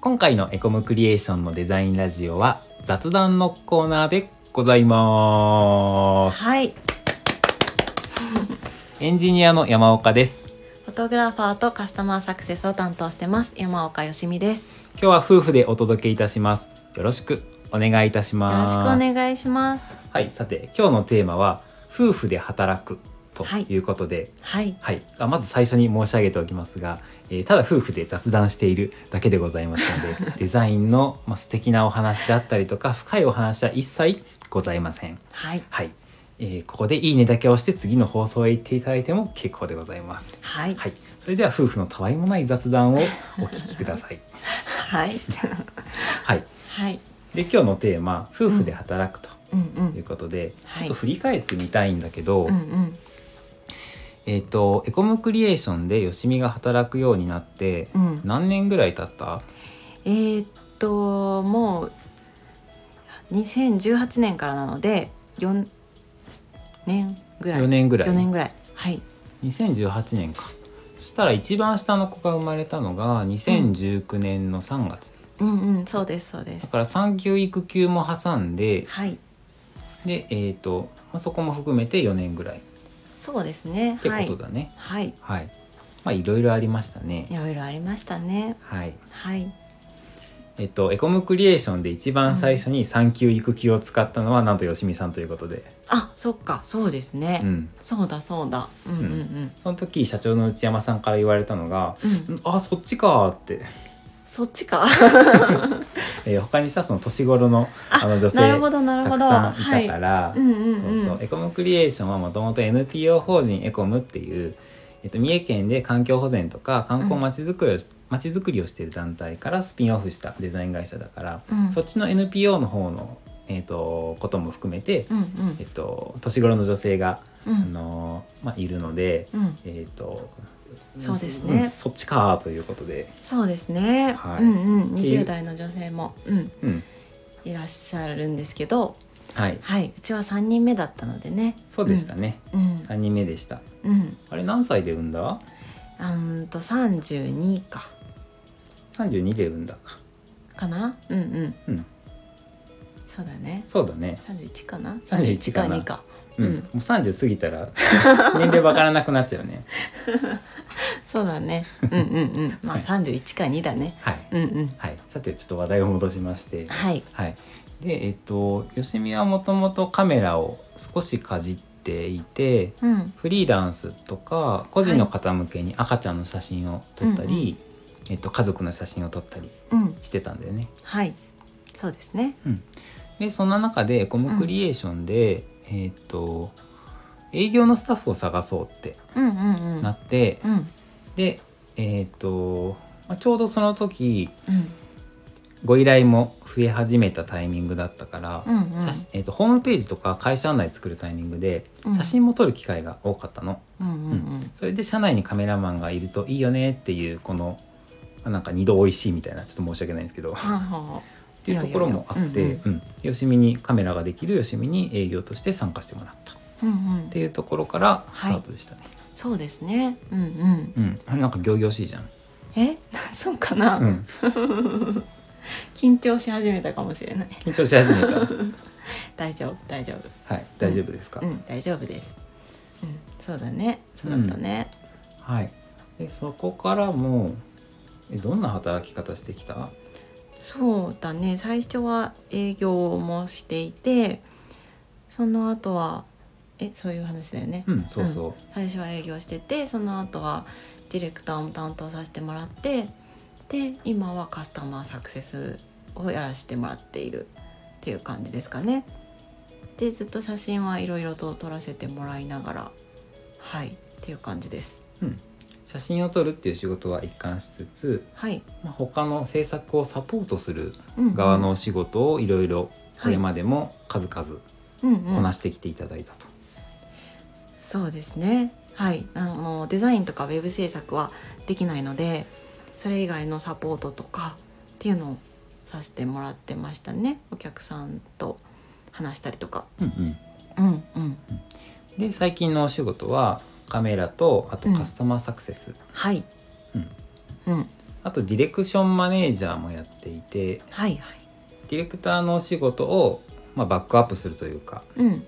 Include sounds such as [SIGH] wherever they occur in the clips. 今回のエコムクリエーションのデザインラジオは雑談のコーナーでございます。はいエンジニアの山岡です。フォトグラファーとカスタマーサクセスを担当してます山岡よしみですよ今日は夫婦でお届けいたします。よろしくお願いいたしろましす。くお願いしますはい、さて今日のテーマは夫婦で働くとはいいうことで、はいはい、あまず最初に申し上げておきますが、えーただ夫婦で雑談しているだけでございます [LAUGHS] のでデザインの、まあ、素敵なお話だったりとか深いお話は一切ございません。はいはい、えーここで「いいね」だけ押して次の放送へ行っていただいても結構でございます。はいはい、それでは夫婦のたわいもない雑談をお聞きくださ [LAUGHS] い。 [LAUGHS] はいはい、はいで今日のテーマ「夫婦で働く」とうんうというんことで、はいちょっと振り返ってみたいんだけど、うんうんえっ、とエコムクリエーションでよしみが働くようになって、うん何年ぐらい経ったえーっともう2018年からなので4年ぐらい4年ぐらい4年ぐらいはい2018年かそしたら一番下の子が生まれたのが2019年の3月、うんうんそうですそうでだすから産休育休も挟んではいでえっ、と、まあ、そこも含めて4年ぐらいっそうですねてはこいとだねはいはい、まあいろいろありましたねいろいろありましたねはいはいえっ、とエコムクリエーションで一番最初に産休育休を使ったのはなんとよしみさんということであそっかそうですね、うんそうだそうだうんうんうん、その時社長の内山さんから言われたのが「うんんあそっちか」って、そっちかえー他にさその年頃のああの女性なるほどなるたほくどさんいたから、はい、うんうんうんそうそうエコムクリエーションはもともと NPO 法人エコムっていう、えっと、三重県で環境保全とか観光まちづくりをし、まちづくりをしている団体からスピンオフしたデザイン会社だから、うんそっちの NPO の方の、えっとことも含めて、うんえっと、年頃の女性が、うんあのまあ、いるので。うんうんえー、とそうですねんそっちかということで、そうですね、はいうんっうんていう20代の女性も、うん、うんいらっしゃるんですけどはい、はいうちは3人目だったのでねそうでしたね、うん三人目でしたうんあれ何歳で産んだあんと32か ?32 で産んだかかなうんうんうんそうだねそうだね31かな31かな2かうん、うんもう30過ぎたら [LAUGHS] 年齢わからなくなっちゃうねそうだねうんうんうんまはあい31か2だねはい、うんうんはい、さてちょっと話題を戻しましてはいはいでえっ、とよしみはもともとカメラを少しかじっていてうんフリーランスとか個人の方向けに赤ちゃんの写真を撮ったり、うんうんえっと、家族の写真を撮ったりうんしてたんだよね。はいそうですねでそんな中でエコムクリエーションで、えーっと営業のスタッフを探そうってうんうんうんなって、うんでえーっと、まあ、ちょうどその時うんご依頼も増え始めたタイミングだったから、うんうん写真えーっとホームページとか会社案内作るタイミングでうん写真も撮る機会が多かったの、うんうんうんそれで社内にカメラマンがいるといいよねっていうこのまあなんか二度おいしいみたいなちょっと申し訳ないんですけ [LAUGHS] どはんはんはんっていうところもあっいやいやいてやうんよしみにカメラができるよしみに営業として参加してもらったっうんうんていうところからスタートでしたね、そうですねうんうんうんあれなんか仰々しいじゃん、え [LAUGHS] そうかな、うん、緊張し始めたかもしれない [LAUGHS] 緊張し始めた大丈夫大丈夫はい大丈夫ですか、うん大丈夫ですうんそうだねそうだったね、はいでそこからもうえどんな働き方してきたそうだね最初は営業もしていてその後はえそういう話だよね、うんそうそう、最初は営業しててその後はディレクターも担当させてもらってで今はカスタマーサクセスをやらせてもらっているっていう感じですかね。でずっと写真はいろいろと撮らせてもらいながらはいっていう感じです。写真を撮るっていう仕事は一貫しつつ、はい、まあ、他の制作をサポートするうんうん側のお仕事をいろいろこれまでも数々うんうんこなしてきていただいたと、そうですねはいあのデザインとかウェブ制作はできないのでそれ以外のサポートとかっていうのをさせてもらってましたねお客さんと話したりとかうんうんうんうんで最近のお仕事はカメラとあとカスタマーサクセス、はいうんうんあとディレクションマネージャーもやっていてはいはいディレクターのお仕事を、まあ、バックアップするというか、うん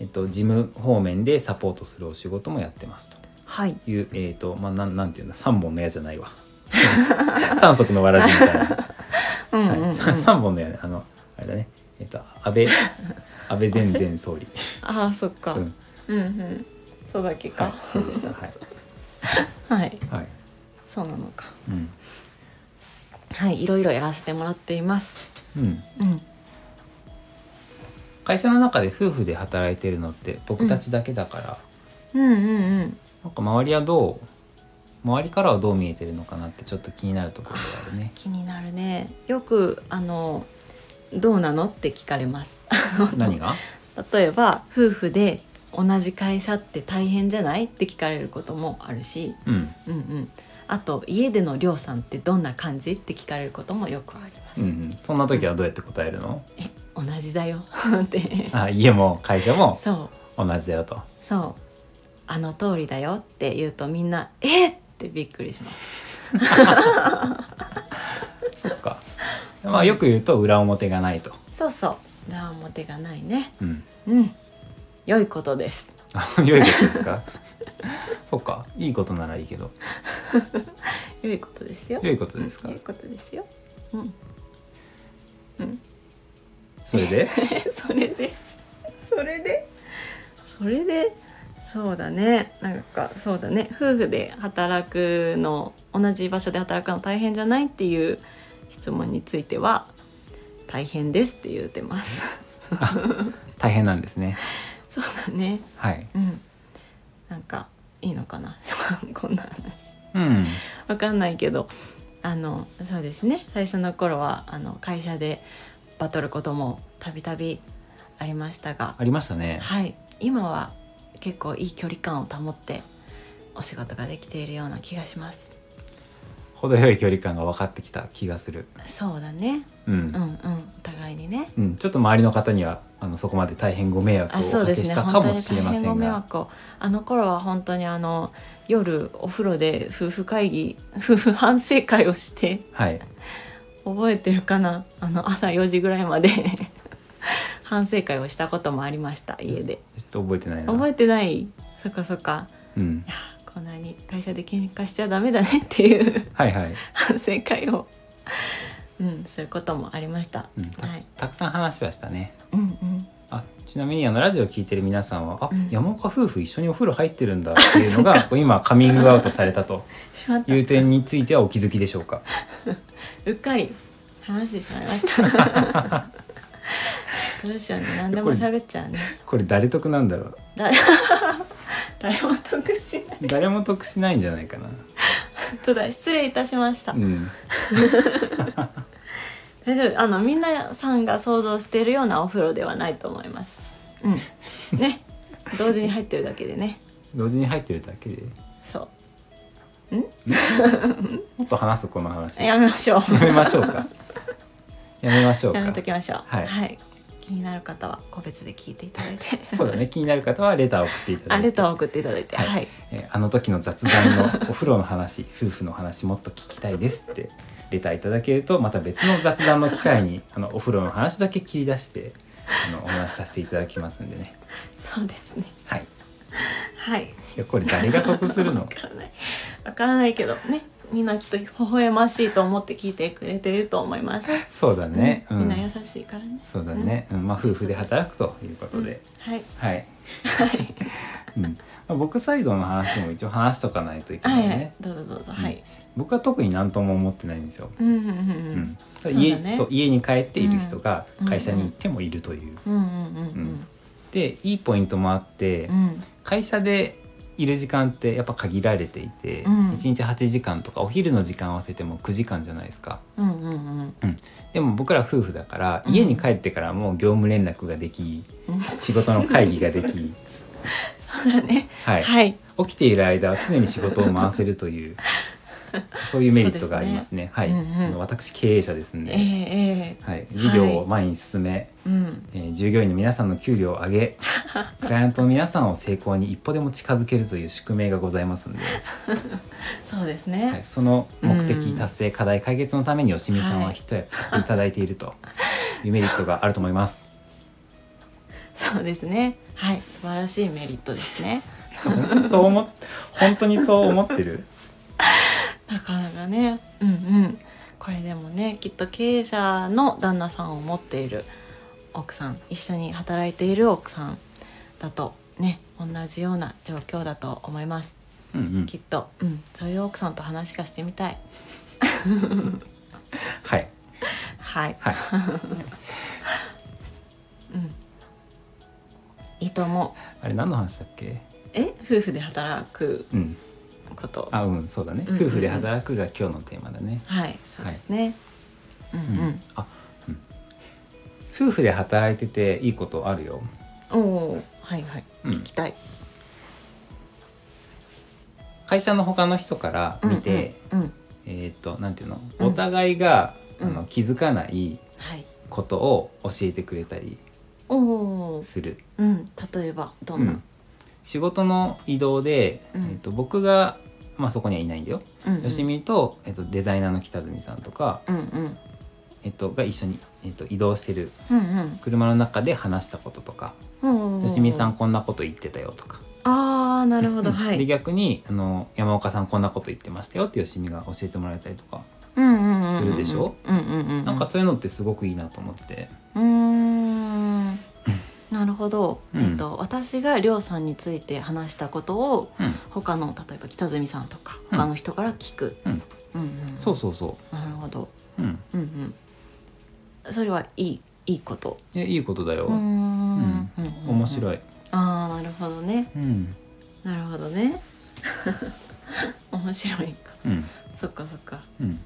えっと、事務方面でサポートするお仕事もやってますと。はいいう、えっ、と、まあ、なん、なんていうんだ、三本の矢じゃない [LAUGHS] わ。三足のわらじみたいな。うんうん、うんはい、三三本の矢ね、あの、あれだね、えっ、と、安倍、安倍前前総理。 [LAUGHS] ああそっか、ううんん、うんそうだっけはかい、そうでした。はい。はい、はい。そうなのかうん。はいいろいろやらせてもらっていますうん。うん会社の中で夫婦で働いてるのって、僕たちだけだから。うんうんうんなんか周りはどう。周りからはどう見えてるのかなって、ちょっと気になるところがある [LAUGHS] ね。気になるねよくあのどうなのって聞かれます [LAUGHS] 何が。例えば夫婦で同じ会社って大変じゃないって聞かれることもあるしうん。うんうんあと家での量産ってどんな感じって聞かれることもよくあります、うんうん、そんな時はどうやって答えるの。え同じだよ [LAUGHS] ってあ、家も会社もそう同じだよと。そうあの通りだよって言うとみんなえっってびっくりしますそっか。まあ、よく言うと裏表がないと。そうそう裏表がないねうん。 [LAUGHS] うん良いことです良いことですか。そっか。いいことならいいけど。良いことですよ良いことですか良い。ことですようんそれで。え [LAUGHS] それでそれでそれでそうだねなんかそうだね夫婦で働くの同じ場所で働くの大変じゃないっていう質問については大変ですって言ってます [LAUGHS] 大変なんですね。そうだねはい。うんなんかいいのかな [LAUGHS] こんな話うん。わかんないけどあのそうですね最初の頃はあの会社でバトることもたびたびありましたがありましたね。はい今は結構いい距離感を保ってお仕事ができているような気がします程よい距離感が分かってきた気がする。そうだねううんん。うんお互いにねうん、ちょっと周りの方には、あの、そこまで大変ご迷惑をあおそうかでけすしねたか本当もにしれ大ませ変ごん迷が。惑をあの頃は本当にあの夜お風呂で夫婦会議夫婦反省会をしてはい。覚えてるかなあの朝4時ぐらいまで [LAUGHS] 反省会をしたこともありました家でちょっと覚えてないな。覚えてないそっかそっかうんい。やこんなに会社で喧嘩しちゃダメだねっていう [LAUGHS] はいはい。反省会をうんそういうこともありました、うん、たくはいたくさん話はしたね。うんうんあちなみにあのラジオ聞いてる皆さんは「あ、うん山岡夫婦一緒にお風呂入ってるんだ」っていうの [LAUGHS] が今カミングアウトされたとしまったいう点についてはお気づきでしょうか。うっかり話してしまいました [LAUGHS] どうしようね何でも喋っちゃうねこれ誰得なんだろう誰 [LAUGHS] 誰も得しない [LAUGHS] 誰も得しないんじゃないかな。本当だ失礼いたしました、うん、大丈夫あのみんなさんが想像しているようなお風呂ではないと思いますうんね同時に入ってるだけでね同時に入ってるだけでそもっと話すこの話うややめましょうめましょうか。やめましょうかやめときましょうはい気になる方は個別で聞いていただいてそうだね気になる方はレターを送っていただあいレてターを送っていただいてははいい、えーあの時の雑談のお風呂の話 [LAUGHS] 夫婦の話もっと聞きたいですってレターいただけるとまた別の雑談の機会 [LAUGHS] にあのお風呂の話だけ切り出してあのお話しさせていただきますんでねそうですねはいいはいやこれ誰が得するのわから [LAUGHS] ないわからないけどねみんなきっと微笑ましいと思って聞いてくれてると思いますそうだね、うみんな優ん、しいからねそうだね、うんまあ、夫婦で働くということで、はい [LAUGHS] はい、うんまあ、僕サイドの話も一応話しとかないといけはないいね、はいどうぞどうぞ、はい僕は特に何とも思ってないんですようんうんうんううんん、そうだ家ねそう家に帰っている人がうん会社に行ってもいるという、うんうんうんでいいポイントもあって、うんうん会社でいる時間ってやっぱ限られていて、うん1日8時間とかお昼の時間合わせても9時間じゃないですかうんうんうんでも僕ら夫婦だからうん家に帰ってからもう業務連絡ができ、うん仕事の会議ができ、 [LAUGHS] そうだねはいはい [LAUGHS] 起きている間は常に仕事を回せるというそういうメリットがありますねはい、うんうんあの私経営者ですんえで、ええはい、事業を前に進め、えうんえー従業員の皆さんの給料を上 [LAUGHS] げクライアントの皆さんを成功に一歩でも近づけるという宿命がござい [LAUGHS] ますので、そうですはい、ね、その目的うん達成、課題解決のために吉見さんは人や [LAUGHS] っていただいているというメリットがあると思います。そうですねはい素晴らしいメリットですね本当にそう思っ本当にそう思ってる。なかなかねうんうんこれでもねきっと経営者の旦那さんを持っている奥さん一緒に働いている奥さんだとね同じような状況だと思いますうんうんきっと、うん、そういう奥さんと話がしてみたいはいはいはいいいと思うあれ何の話だっけ？え夫婦で働くうんことあうんそうだね、うんうんうん夫婦で働くが今日のテーマだね。はいそうですね、ううんうんあ、うん、夫婦で働いてていいことあるよ。おおーはいはい、うん聞きたい会社の他の人から見て。うんうんうんえーっとなんていうのうんお互いが、うんあの気づかないはいことを教えてくれたりおおーする、うん例えばどんな、うん仕事の移動で、うんえーっと僕が、まあ、そこにはいないんだよ、うんうん、よしみと,、えーっとデザイナーの北住さんとか、うんうんえーっとが一緒に、えーっと移動してるうん車の中で話したこととか、うん。よしみさん。こんなこと言ってたよとか。ああ、なる [LAUGHS] ほど、うんはでい。逆にあの山岡さんこんなこと言ってましたよってよしみが教えてもらえたりとか、うんうんうんうん。するでしょ。うんうんうん。なんか。そういうのってすごくいいなと思って、うーん。なるほど。うんえっと、私がりょうさんについて話したことを。うん他の、例えば北住さんとか、うん他の人から聞く。うん。うんうん。そうそうそなるほど。う、うん、うんうん。それはいい、いいこと。いやいいことだよ、うーん。面白い。い、ああ、なるほどね。うんなるほどね。 [LAUGHS] 面白いか。うんそっかそっか。うん、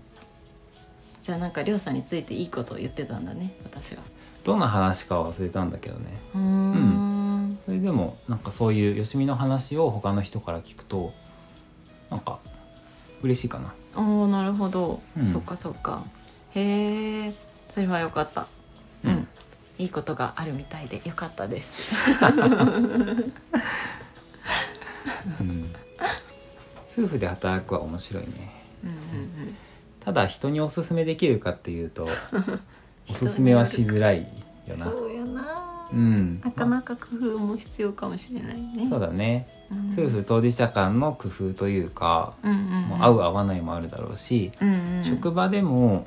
じゃあなんかりょうさんについていいことを言ってたんだね私はどんな話かは忘れたんだけどねうーんそれでもなんかそういうよしみの話を他の人から聞くとなんか嬉しいかなおーなるほど、うんそっかそっかへえそれはよかったうん、いいことがあるみたいでよかったですうん夫婦で働くは面白いねうんうんただ人におすすめできるかっていう [LAUGHS] とお人によるすすめはしづらいようんなそうやな、うんなかなか工夫も必要かもしれないねそうだねうん夫婦当事者間の工夫というか、うんうんもううん合う合わないもあるだろうし、うんうん職場でも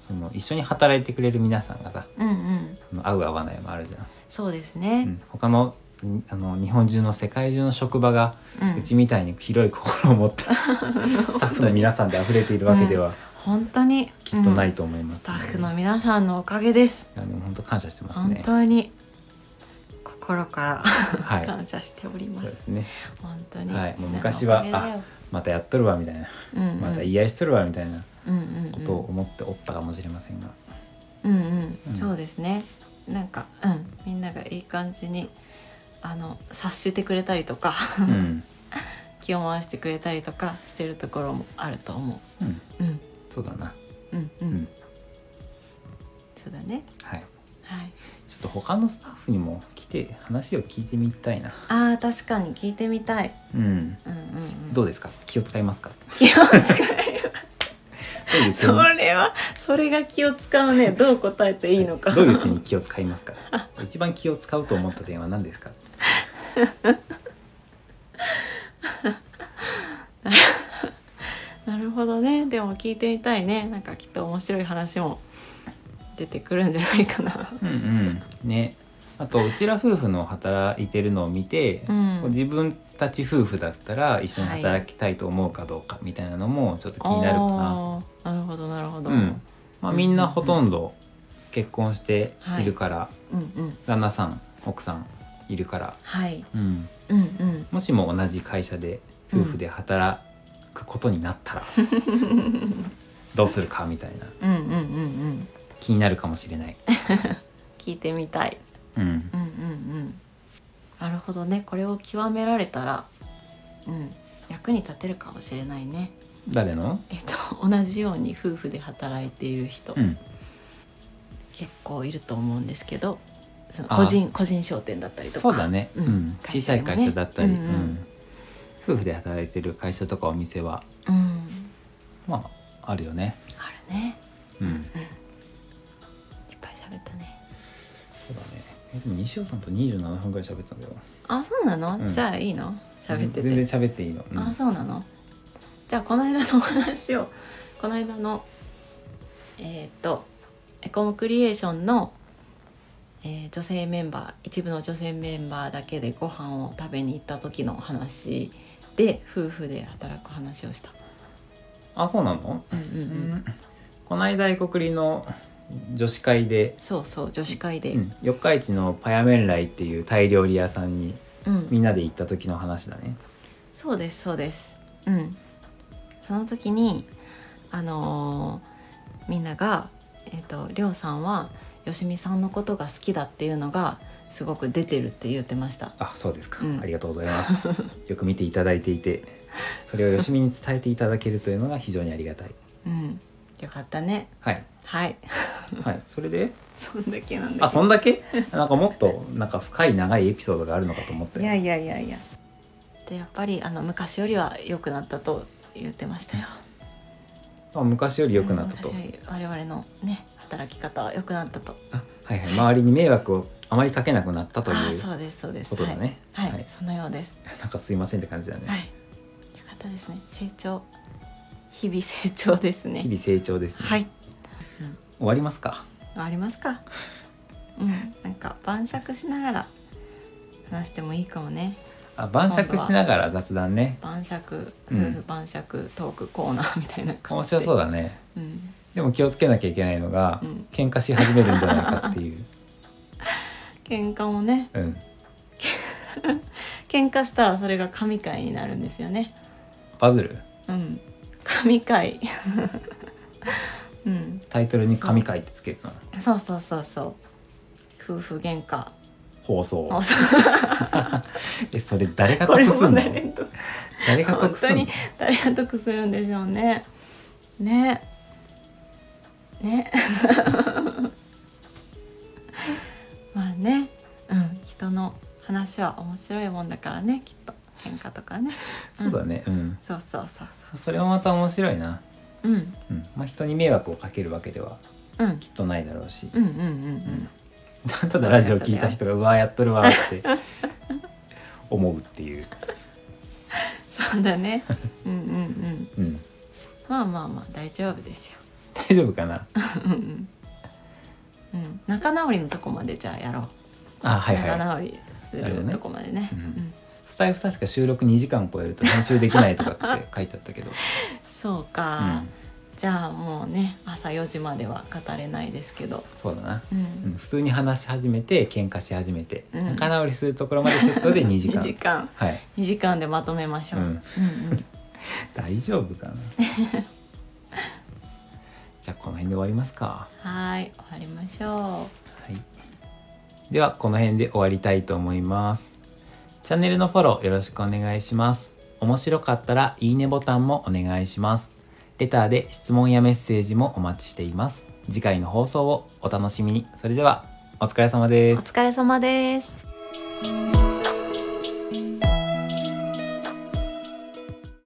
その一緒に働いてくれる皆さんがさうんうんあの合う合わないもあるじゃん、そうですうね、ん他のんあの日本中の世界中の職場がうんうちみたいに広い心を持 [LAUGHS] って、スタッフの皆さんで溢れているわけでは本当にきっとなういんと思いまスすタね、ッフの皆さんのおかげですいやでも本当感謝してます本ね当に心からは感謝しておりいまそうす。ですね本当に。はいもう昔はみんなのおかげだよまたやっとるわみたいな、うんうん、また言い合いしとるわみたいなうんうんうん、ことを思っておったかもしれませんが、うんうん、うんそうですね。なんか、うん、みんながいい感じに。あの、察してくれたりとか、うん [LAUGHS] 気を回してくれたりとかしてるところもあると思うん、う。うん、そうだなうん、うん、うんそうだね。はいはい。ちょっと他のスタッフにも来て話を聞いてみたいなああ、確かに聞いてみたい。うんうん、うん、うん。どうですか気を使います [LAUGHS] か気を使え。どういうそ点れは、それが気を使うね。どう答えていいのか。どういう点に気を使いますか一番気を使うと思った点は何ですか [LAUGHS] なるほどねでも聞いてみたいねなんかきっと面白い話も出てくるんじゃないかなうんうんねあとうちら夫婦の働いてるのを見て、うん自分たち夫婦だったら一緒に働きたいと思うかどうかみたいなのもちょっと気になるかな、あーなるほどなるほど、うんまあ、みんなほとんど結婚しているから、うんうん旦那さん奥さんいるから、はいうん、うんうんもしも同じ会社で夫婦で働くことになったら、どうするかみたいなうんうんうんうん気になるかもしれない。聞いてみたいうんうんうんうんなるほどねこれを極められたらうん役に立てるかもしれないね誰のえっと、同じように夫婦で働いている人、うん結構いると思うんですけどそのあー個人個人商店だったりとかそうだね、ううんん小さい会会社もね社だったり、ううんんうん夫婦で働いてる会社とかお店はうんまああるよね、あるねうん、うんいっぱい喋ったねそうだねえでも西尾さんと27分ぐらい喋ったんだよあそうなの、うんじゃあいいの喋ってて全然喋っていいの、うんあそうなのじゃあこの間のお話をこの間のえーっとエコムクリエーションの、えー女性メンバー一部の女性メンバーだけでご飯を食べに行った時のお話で夫婦で働く話をした。あそうなの、うんうんうんこの間エコクリの女子会で、そうそう女子会で、うん、四日市のパヤメンライっていうタイ料理屋さんにうんみんなで行った時の話だねそうですそうですうんその時にあのーみんながえっ、とりょうさんはよしみさんのことが好きだっていうのがすごく出てるって言ってましたあそうですか、うんありがとうございます [LAUGHS] よく見ていただいていてそれをよしみに伝えていただけるというのが非常にありがたいうんよかったねはいはい [LAUGHS] はいそれでそんだけなん [LAUGHS] あだけそんだけなんかもっとなんか深い長いエピソードがあるのかと思ったどよいやいやいやでやっぱりあの昔よりは良くなったと言ってましたよあ昔より良くなったと、うん昔より我々のね働き方は良くなったとあはいはい周りに迷惑をあまりかけなくなったといああうそうですそうですことだねはい、ははいい、そのようですなんかすいませんって感じだね、はい。よかったですね。成長。日々成長ですね。日々成長ですね、はい。終わりますかあります [LAUGHS] か。うん、なんか晩酌しながら。話してもいいかもね。あ晩酌しながら雑談ね晩酌、夫うん婦晩酌トークコーナ [LAUGHS] ーみたいな感面じで。白そうう。だねん。でも気をつけなきゃいけないのが、うん喧嘩し始めるんじゃないかって [LAUGHS] いう、喧嘩もね、うん、喧嘩したらそれが神回になるんですよね。パズルうん。神回。 [LAUGHS] うん。タイトルに「神回」ってつけるなそうそうそうそう。夫婦喧嘩。放送あそうえそれ誰がこれ得もすんのね。誰が本得す当んのに誰が得するんでしょうねねね [LAUGHS] まあねうん人の話は面白いもんだからねきっと喧嘩とかねそうだねうんそうそうそうそそれもまた面白いな、ううんうんまあ、人に迷惑をかけるわけではうんきっとないだろうし、うんうんうんただラジオ聞いた人が「うわーやっとるわ」 [LAUGHS] って思うっていう、そうだ [LAUGHS] ねうんうんううんん、まあまあまあ大丈夫ですよ大丈夫かなうんうんうん仲直りのとこまでじゃあやろう、あはいはい仲直りすなるほるどねとこまでねうんうんスタイフ確か収録2時間超えると編集できないとかって書いてあったけど、 [LAUGHS] そううか、ん、じゃあもうね朝4時までは語れないですけど、そうだな、うんうん、普通に話し始めて喧嘩し始めて、うん仲直りするところまでセット [LAUGHS] で2時2間時間はい2時間でまとめましょうう、うんんうん大丈夫かな [LAUGHS] じゃあこの辺で終わりますか、はーい終わりましょはい、ではこの辺で終わりたいと思いますチャンネルのフォローよろしくお願いします面白かったらいいねボタンもお願いしますレターで質問やメッセージもお待ちしています次回の放送をお楽しみにそれではお疲れ様うでおす疲れ様です